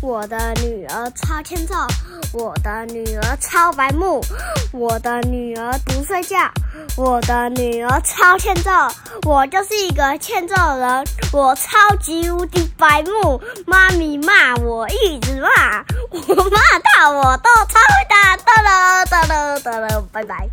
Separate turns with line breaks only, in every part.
我的女儿超欠揍，我的女儿超白目，我的女儿不睡觉，我的女儿超欠揍，我就是一个欠揍人，我超级无敌白目，妈咪骂我一直骂，我骂到我都超会打，哒了哒了哒了，拜拜。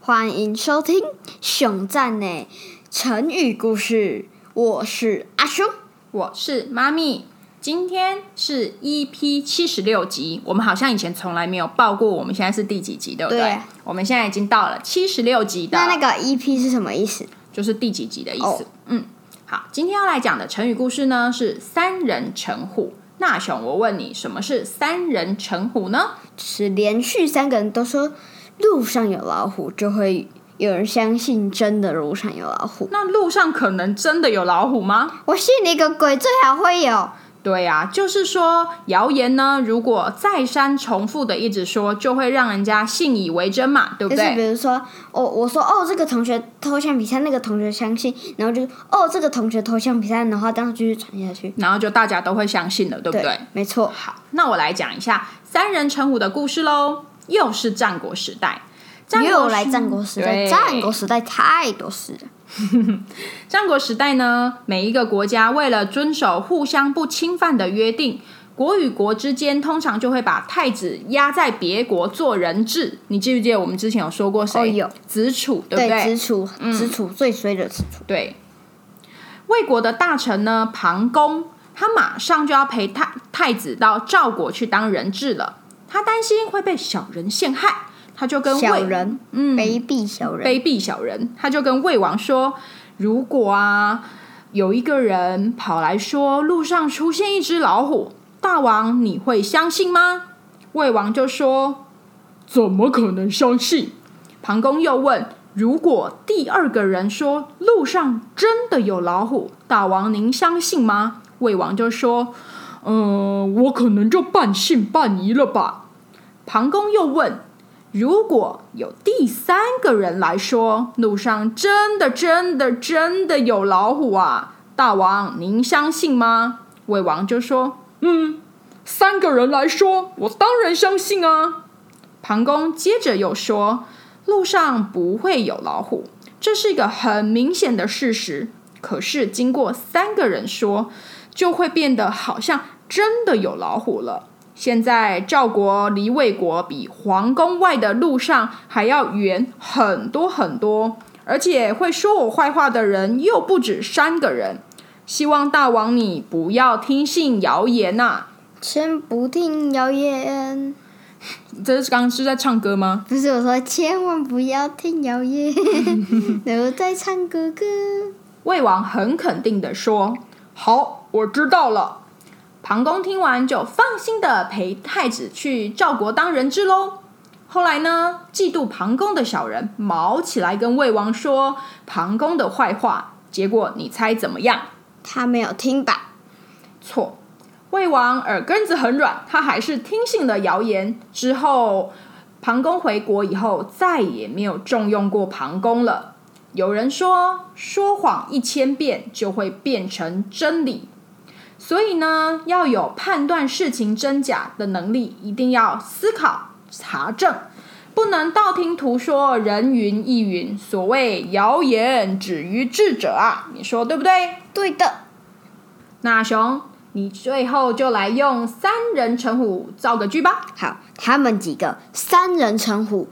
欢迎收听《熊赞呢成语故事》，我是阿熊。
我是妈咪，今天是 EP 七十六集，我们好像以前从来没有报过，我们现在是第几集，对不对？
对
我们现在已经到了七十六集的，
那那个 EP 是什么意思？
就是第几集的意思。
哦
嗯，好，今天要来讲的成语故事呢是三人成虎。那熊，我问你，什么是三人成虎呢？
就是连续三个人都说路上有老虎，就会有人相信真的路上有老虎。
那路上可能真的有老虎吗？
我信你个鬼，最好会有。
对啊，就是说谣言呢，如果再三重复的一直说，就会让人家信以为真嘛，对不
就是比
对？
如说，哦，我说哦，这个同学偷橡皮擦，那个同学相信，然后就哦，这个同学偷橡皮擦，然后这样继续传下去。
然后就大家都会相信了，对不对？
没错。
好，那我来讲一下三人成虎的故事喽。又是战国时代，战国
又
时
来战国时代，
对
战国时代太多事了。
战国时代呢，每一个国家为了遵守互相不侵犯的约定，国与国之间通常就会把太子压在别国做人质。你记不记得我们之前有说过谁？
哦有
子楚，对嗯不对？
子楚，子楚最衰的子楚。
对，魏国的大臣呢，庞公，他马上就要陪太太子到赵国去当人质了。他担心会被小人陷害，他就跟魏
小人，
嗯，
卑鄙小人，
卑鄙小人，他就跟魏王说：“如果啊，有一个人跑来说路上出现一只老虎，大王你会相信吗？”魏王就说：“怎么可能相信？”庞公又问：“如果第二个人说路上真的有老虎，大王您相信吗？”魏王就说：“嗯、我可能就半信半疑了吧。”庞公又问：“如果有第三个人来说，路上真的、真的、真的有老虎啊，大王，您相信吗？魏王就说：“嗯，三个人来说，我当然相信啊。”庞公接着又说：“路上不会有老虎，这是一个很明显的事实。可是经过三个人说，就会变得好像真的有老虎了。”现在赵国离魏国比皇宫外的路上还要远很多很多，而且会说我坏话的人又不止三个人。希望大王你不要听信谣言呐、
千不听谣言。
这是刚刚是在唱歌吗？
不是我说，千万不要听谣 言，然后再唱歌歌。
魏王很肯定的说：“好，我知道了。”庞公听完就放心的陪太子去赵国当人质喽。后来呢，嫉妒庞公的小人毛起来跟魏王说庞公的坏话，结果你猜怎么样？
他没有听吧？
错，魏王耳根子很软，他还是听信了谣言。之后，庞公回国以后，再也没有重用过庞公了。有人说，说谎一千遍就会变成真理，所以呢，要有判断事情真假的能力，一定要思考查证。不能道听途说，人云亦云。所谓谣言止于智者啊，你说对不对？
对的，
那熊，你最后就来用三人成虎造个句吧。
好，他们几个三人成虎，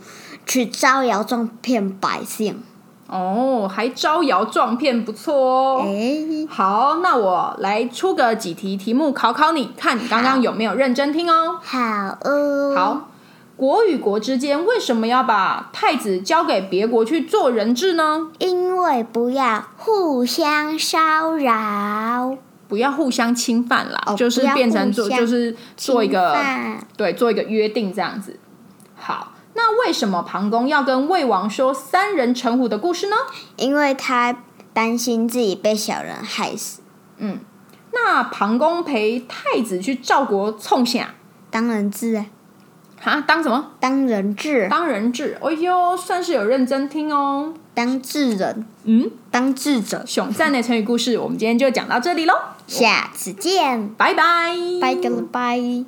去招摇撞骗百姓。
哦，还招摇撞骗，不错哦。
哎、
好，那我来出个几题题目考考你，看你刚刚有没有认真听哦。
好哦，，
好，国与国之间为什么要把太子交给别国去做人质呢？
因为不要互相骚扰，
不要互相侵犯啦，
哦
就是
不要
变成
互
做，
相
就是做一个
侵犯
对，做一个约定这样子。好，那为什么庞公要跟魏王说三人成虎的故事呢？
因为他担心自己被小人害死。
嗯那庞公陪太子去赵国冲下
当人质啊，
啊，当什么？
当人质，
当人质。哎呦，算是有认真听哦。
当智人，
嗯，
当智者。
熊赞的成语故事，我们今天就讲到这里喽。
下次见，
拜拜，
拜个了拜。